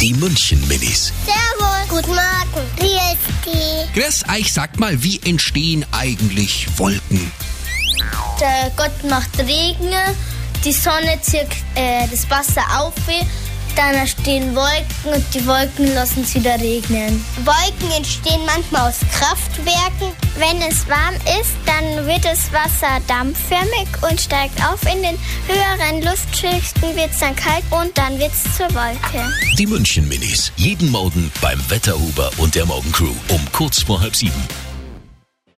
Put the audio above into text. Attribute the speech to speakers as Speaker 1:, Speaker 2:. Speaker 1: Die München Minis.
Speaker 2: Servus. Guten Morgen. Wie ist die?
Speaker 1: Chris, ich sag mal, wie entstehen eigentlich Wolken?
Speaker 2: Der Gott macht Regen, die Sonne zieht äh, das Wasser auf, dann entstehen Wolken und die Wolken lassen es wieder regnen. Wolken entstehen manchmal aus Kraftwerken. Wenn es warm ist, dann wird das Wasser dampfförmig und steigt auf. In den höheren Luftschichten wird es dann kalt und dann wird es zur Wolke.
Speaker 1: Die München Minis. Jeden Morgen beim Wetterhuber und der Morgencrew um kurz vor halb sieben.